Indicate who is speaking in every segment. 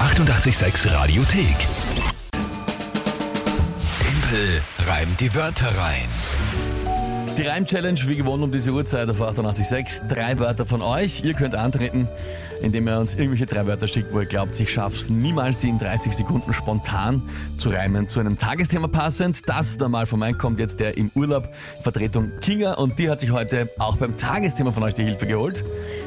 Speaker 1: 886 Radiothek. Tempel reimt die Wörter rein.
Speaker 2: Die Reim-Challenge, wie gewonnen um diese Uhrzeit auf 88.6. Drei Wörter von euch. Ihr könnt antreten, indem ihr uns irgendwelche drei Wörter schickt, wo ihr glaubt, ich schaff's niemals, die in 30 Sekunden spontan zu reimen. Zu einem Tagesthema passend. Das normal von meinem kommt jetzt der im Urlaub Vertretung Kinga und die hat sich heute auch beim Tagesthema von euch die Hilfe geholt.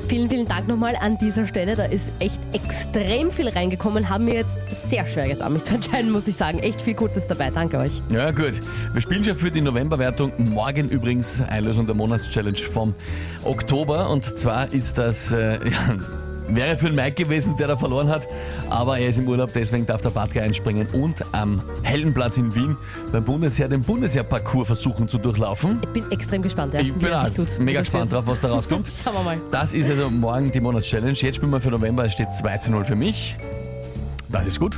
Speaker 3: Vielen, vielen Dank nochmal an dieser Stelle. Da ist echt extrem viel reingekommen. Haben mir jetzt sehr schwer getan, mich zu entscheiden, muss ich sagen. Echt viel Gutes dabei. Danke euch.
Speaker 2: Ja, gut. Wir spielen schon für die Novemberwertung. Morgen übrigens Einlösung der Monatschallenge vom Oktober. Und zwar ist das, äh, ja, wäre für den Mike gewesen, der da verloren hat. Aber er ist im Urlaub, deswegen darf der Bartke einspringen und am Heldenplatz in Wien beim Bundesheer den Bundesheer-Parcours versuchen zu durchlaufen.
Speaker 3: Ich bin extrem gespannt, ja,
Speaker 2: Ich
Speaker 3: wie
Speaker 2: bin
Speaker 3: das
Speaker 2: auch
Speaker 3: sich tut.
Speaker 2: mega
Speaker 3: Wie das
Speaker 2: gespannt
Speaker 3: wird.
Speaker 2: drauf, was da rauskommt.
Speaker 3: Schauen wir mal.
Speaker 2: Das ist also morgen die Monatschallenge. Jetzt spielen wir für November. Es steht 2 zu 0 für mich. Das ist gut.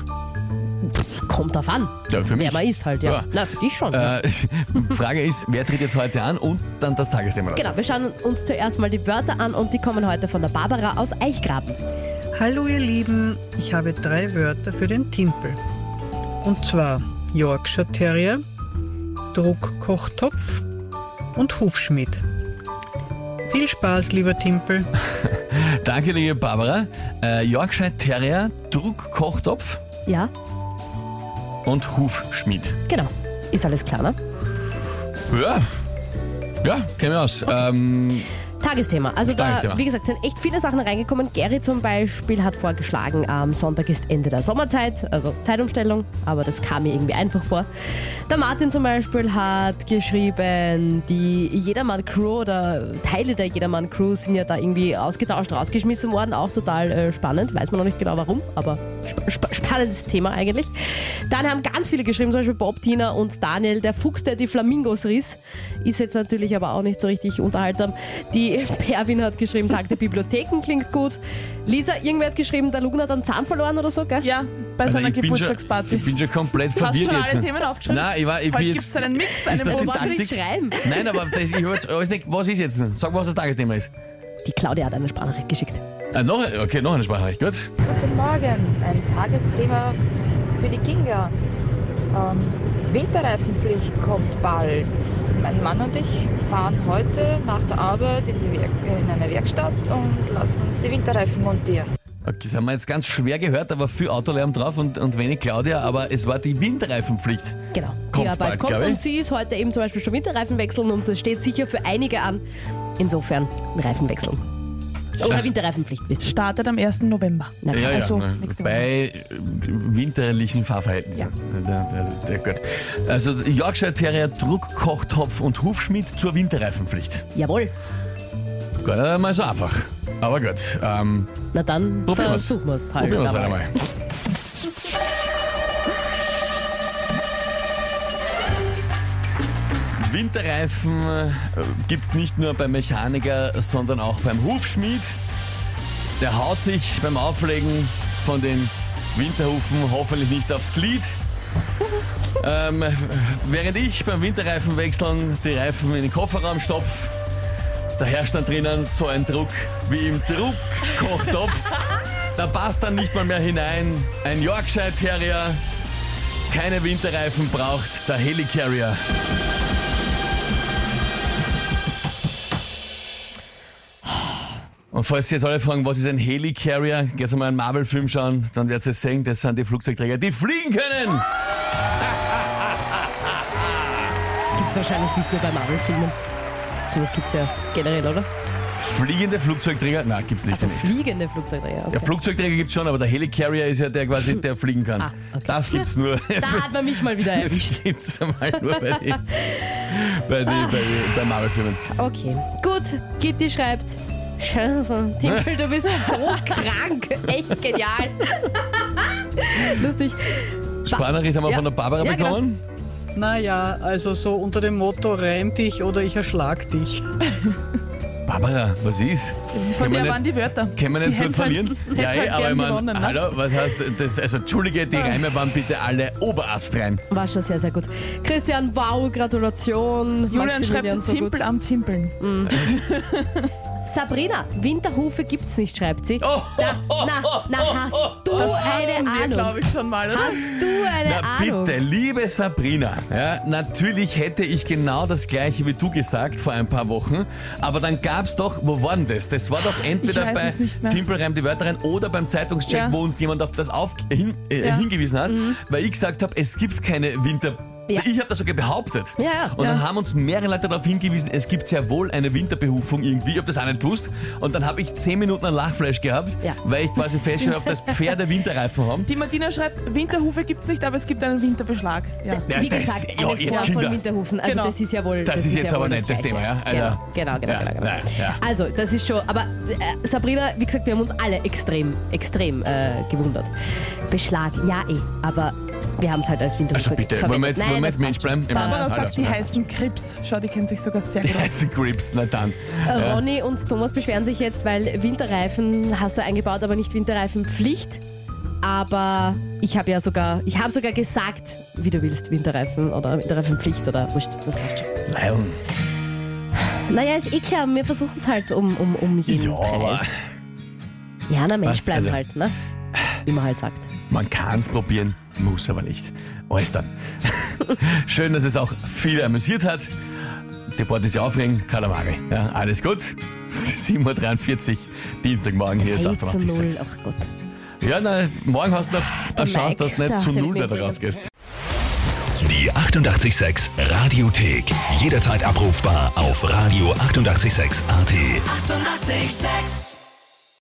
Speaker 3: Kommt drauf an.
Speaker 2: Ja, für mich.
Speaker 3: Wer man ist halt, ja.
Speaker 2: Ja.
Speaker 3: Na, für dich schon.
Speaker 2: Äh, Frage ist, wer tritt jetzt heute an und dann das Tagesthema dazu.
Speaker 3: Genau, wir schauen uns zuerst mal die Wörter an und die kommen heute von der Barbara aus Eichgraben.
Speaker 4: Hallo ihr Lieben, ich habe drei Wörter für den Timpel. Und zwar Yorkshire Terrier, Druckkochtopf und Hufschmied. Viel Spaß, lieber Timpel.
Speaker 2: Danke, liebe Barbara. Äh, Yorkshire Terrier, Druckkochtopf
Speaker 3: Ja,
Speaker 2: und Hufschmied.
Speaker 3: genau. Ist alles klar, ne?
Speaker 2: Ja, ja kenne mich aus. Ähm,
Speaker 3: Tagesthema. Also
Speaker 2: Tagesthema.
Speaker 3: da, wie gesagt, sind echt viele Sachen reingekommen. Gary zum Beispiel hat vorgeschlagen, am Sonntag ist Ende der Sommerzeit, also Zeitumstellung, aber das kam mir irgendwie einfach vor. Der Martin zum Beispiel hat geschrieben, die Jedermann-Crew oder Teile der Jedermann-Crew sind ja da irgendwie ausgetauscht, rausgeschmissen worden. Auch total äh, spannend, weiß man noch nicht genau warum, aber sp sp spannendes Thema eigentlich. Dann haben ganz viele geschrieben, zum Beispiel Bob, Tina und Daniel, der Fuchs, der die Flamingos riss, ist jetzt natürlich aber auch nicht so richtig unterhaltsam. Die Perwin hat geschrieben, Tag der Bibliotheken klingt gut. Lisa, irgendwer hat geschrieben, der Lugner hat einen Zahn verloren oder so, gell?
Speaker 5: Ja, bei so
Speaker 2: Also
Speaker 5: einer
Speaker 2: ich, bin schon, ich
Speaker 5: Geburtstagsparty.
Speaker 2: bin schon komplett
Speaker 5: Hast du
Speaker 2: verwirrt
Speaker 5: schon
Speaker 2: jetzt.
Speaker 5: alle Themen aufgeschrieben?
Speaker 2: Nein, ich war, ich
Speaker 5: Heute
Speaker 2: bin
Speaker 5: gibt's
Speaker 2: jetzt.
Speaker 5: einen Mix,
Speaker 2: Ist
Speaker 5: einen
Speaker 2: das die
Speaker 3: Oder was will ich
Speaker 2: Taktik?
Speaker 3: schreiben?
Speaker 2: Nein, aber das, ich hör jetzt alles nicht. Was ist jetzt? Sag mal, was das Tagesthema ist.
Speaker 3: Die Claudia hat eine Sprachnachricht geschickt.
Speaker 2: Ah, noch, okay, noch eine Sprachnachricht. Gut.
Speaker 6: Guten Morgen, ein Tagesthema für die Kinga. Ähm, Winterreifenpflicht kommt bald. Mein Mann und ich fahren heute nach der Arbeit in, die Werk in eine Werkstatt und lassen uns die Winterreifen montieren.
Speaker 2: Okay, das haben wir jetzt ganz schwer gehört, aber viel Autolärm drauf und, und wenig Claudia, aber es war die Windreifenpflicht.
Speaker 3: Genau.
Speaker 2: Kommt
Speaker 3: die Arbeit
Speaker 2: bald, glaub
Speaker 3: kommt
Speaker 2: ich.
Speaker 3: und sie ist heute eben zum Beispiel schon Winterreifen wechseln und das steht sicher für einige an. Insofern Reifen wechseln. Oder
Speaker 2: Ach.
Speaker 3: Winterreifenpflicht bist
Speaker 5: Startet am 1. November.
Speaker 3: du. Na klar.
Speaker 5: Also,
Speaker 2: ne,
Speaker 5: nächste Woche.
Speaker 2: bei äh, winterlichen Fahrverhältnissen. Da- da- da- gut. Also Yorkshire Terrier, Druckkochtopf und Hufschmied zur Winterreifenpflicht.
Speaker 3: Jawohl.
Speaker 2: Gut, äh, mal so einfach. Aber gut, ähm,
Speaker 3: Na dann
Speaker 2: Probieren wir's.
Speaker 3: versuchen wir es halt.
Speaker 2: probieren wir es
Speaker 3: Aber-
Speaker 2: einmal. Winterreifen äh, gibt's nicht nur beim Mechaniker, sondern auch beim Hufschmied. Der haut sich beim Auflegen von den Winterhufen hoffentlich nicht aufs Glied. Ähm, während ich beim Winterreifenwechseln die Reifen in den Kofferraum stopf, da herrscht dann drinnen so ein Druck wie im Druckkochtopf. Da passt dann nicht mal mehr hinein ein Yorkshire Terrier. Keine Winterreifen braucht der Helicarrier. Und falls Sie jetzt alle fragen, was ist ein Helicarrier, jetzt einmal einen Marvel-Film schauen, dann werdet ihr es sehen, das sind die Flugzeugträger, die fliegen können.
Speaker 3: Gibt's wahrscheinlich nicht nur bei Marvel-Filmen. Sowas gibt's ja generell, oder?
Speaker 2: Fliegende Flugzeugträger? Nein, gibt's nicht.
Speaker 3: Also fliegende Flugzeugträger.
Speaker 2: Der
Speaker 3: Okay.
Speaker 2: Flugzeugträger gibt's schon, aber der Helicarrier ist ja der quasi, der fliegen kann.
Speaker 3: Ah, okay.
Speaker 2: Das gibt's nur.
Speaker 3: Da hat man mich mal wieder
Speaker 2: Das
Speaker 3: erwischt.
Speaker 2: stimmt's einmal nur bei, die, bei, die, bei, die, bei Marvel-Filmen.
Speaker 3: Okay. Gut, Gitti schreibt. Scheiße, Timpel, du bist so krank. Echt genial. Lustig.
Speaker 2: Sprachnachricht haben wir
Speaker 3: Ja.
Speaker 2: von der Barbara
Speaker 3: Ja, genau.
Speaker 2: bekommen.
Speaker 4: Naja, also so unter dem Motto, reim dich oder ich erschlag dich.
Speaker 2: Barbara, was ist?
Speaker 5: Von
Speaker 2: Können wir
Speaker 5: der
Speaker 2: nicht-
Speaker 5: waren die Wörter.
Speaker 2: Können wir
Speaker 5: Die
Speaker 2: nicht blöd
Speaker 5: hätten's halt-
Speaker 2: verlieren?
Speaker 5: hätten's
Speaker 2: ja,
Speaker 5: halt
Speaker 2: eh, aber ich
Speaker 5: gern
Speaker 2: meine,
Speaker 5: gewonnen, ne?
Speaker 2: hallo, was heißt das? Also, Entschuldige, die Reime waren bitte alle oberast rein.
Speaker 3: War schon sehr, sehr gut. Christian, wow, Gratulation.
Speaker 5: Julian
Speaker 3: Maximilian, Oh,
Speaker 5: schreibt
Speaker 3: so
Speaker 5: Timpel
Speaker 3: gut.
Speaker 5: am Timpeln.
Speaker 3: Sabrina, Winterhufe gibt's nicht, schreibt sie.
Speaker 2: Oh,
Speaker 3: Na, na, na, hast du eine Ahnung?
Speaker 5: glaube ich, schon mal, oder?
Speaker 3: Hast du eine
Speaker 2: Na
Speaker 3: Ahnung?
Speaker 2: bitte, liebe Sabrina, ja, natürlich hätte ich genau das gleiche wie du gesagt vor ein paar Wochen, aber dann gab's doch, wo war denn das? Das war doch entweder
Speaker 5: weiß
Speaker 2: bei
Speaker 5: es nicht mehr.
Speaker 2: Timpelreim die Wörter rein oder beim Zeitungscheck,
Speaker 5: Ja.
Speaker 2: wo uns jemand auf das auf, hin, äh,
Speaker 5: Ja.
Speaker 2: hingewiesen hat, weil ich gesagt habe, es gibt keine Winter...
Speaker 3: Mhm. Ja.
Speaker 2: Ich habe das sogar behauptet.
Speaker 3: Ja, ja.
Speaker 2: Und dann
Speaker 5: Ja.
Speaker 2: haben uns mehrere Leute darauf hingewiesen, es gibt sehr wohl eine Winterbehufung irgendwie. Ich habe das auch nicht gewusst. Und dann habe ich zehn Minuten ein Lachflash gehabt,
Speaker 3: Ja.
Speaker 2: weil ich quasi feststelle, ob das Pferde Winterreifen haben.
Speaker 5: Die Martina schreibt, Winterhufe gibt's nicht, aber es gibt einen Winterbeschlag. Ja.
Speaker 2: Ja,
Speaker 3: Wie
Speaker 2: das-
Speaker 3: gesagt, eine
Speaker 2: ja,
Speaker 3: Form
Speaker 2: jetzt,
Speaker 3: von
Speaker 2: Kinder.
Speaker 3: Winterhufen. Also
Speaker 5: Genau.
Speaker 3: das ist ja wohl
Speaker 2: Das ist jetzt
Speaker 3: ja wohl
Speaker 2: aber nicht das
Speaker 3: Gleiche.
Speaker 2: Thema, ja? Also-
Speaker 3: genau, genau, genau.
Speaker 2: Ja,
Speaker 3: genau, genau.
Speaker 2: nein, ja.
Speaker 3: Also, das ist schon, aber äh, Sabrina, wie gesagt, wir haben uns alle extrem, extrem äh, gewundert. Beschlag, ja eh, aber wir haben es halt als Winterhufe
Speaker 2: Also bitte,
Speaker 3: verwendet.
Speaker 2: wollen wir jetzt,
Speaker 3: Nein,
Speaker 2: wollen wir
Speaker 3: das
Speaker 2: jetzt Mensch bleiben? Ich meine,
Speaker 5: Barbara
Speaker 2: hallo.
Speaker 5: sagt, die heißen Krips. Schau, die kennt sich sogar sehr gut aus.
Speaker 2: heißen Grips, na dann. äh,
Speaker 3: Ronny und Thomas beschweren sich jetzt, weil Winterreifen hast du eingebaut, aber nicht Winterreifenpflicht. Aber ich habe ja sogar, ich habe sogar gesagt, wie du willst, Winterreifen oder Winterreifenpflicht oder wurscht, das passt schon.
Speaker 2: Lion.
Speaker 3: Naja, ist eh klar, wir versuchen es halt um, um, um jeden
Speaker 2: Ja, aber
Speaker 3: Preis. Ja, na Mensch,
Speaker 2: Was,
Speaker 3: bleiben
Speaker 2: also-
Speaker 3: halt, ne? Wie man halt sagt.
Speaker 2: man kann es probieren, muss aber nicht. Alles dann. Schön, dass es auch viele amüsiert hat. Deport ist ja aufregend, Kalamari. Ja, alles gut. 7.43 Uhr, Dienstagmorgen, hier ist
Speaker 3: 3 zu 0,
Speaker 2: 886.
Speaker 3: ach Gott.
Speaker 2: Ja, na, morgen hast du noch eine Chance, dass du
Speaker 3: Mike,
Speaker 2: nicht zu
Speaker 3: der-
Speaker 2: Null
Speaker 3: der-
Speaker 2: da rausgehst.
Speaker 1: Die 886 Radiothek. Jederzeit abrufbar auf radio886.at. 886!
Speaker 7: 886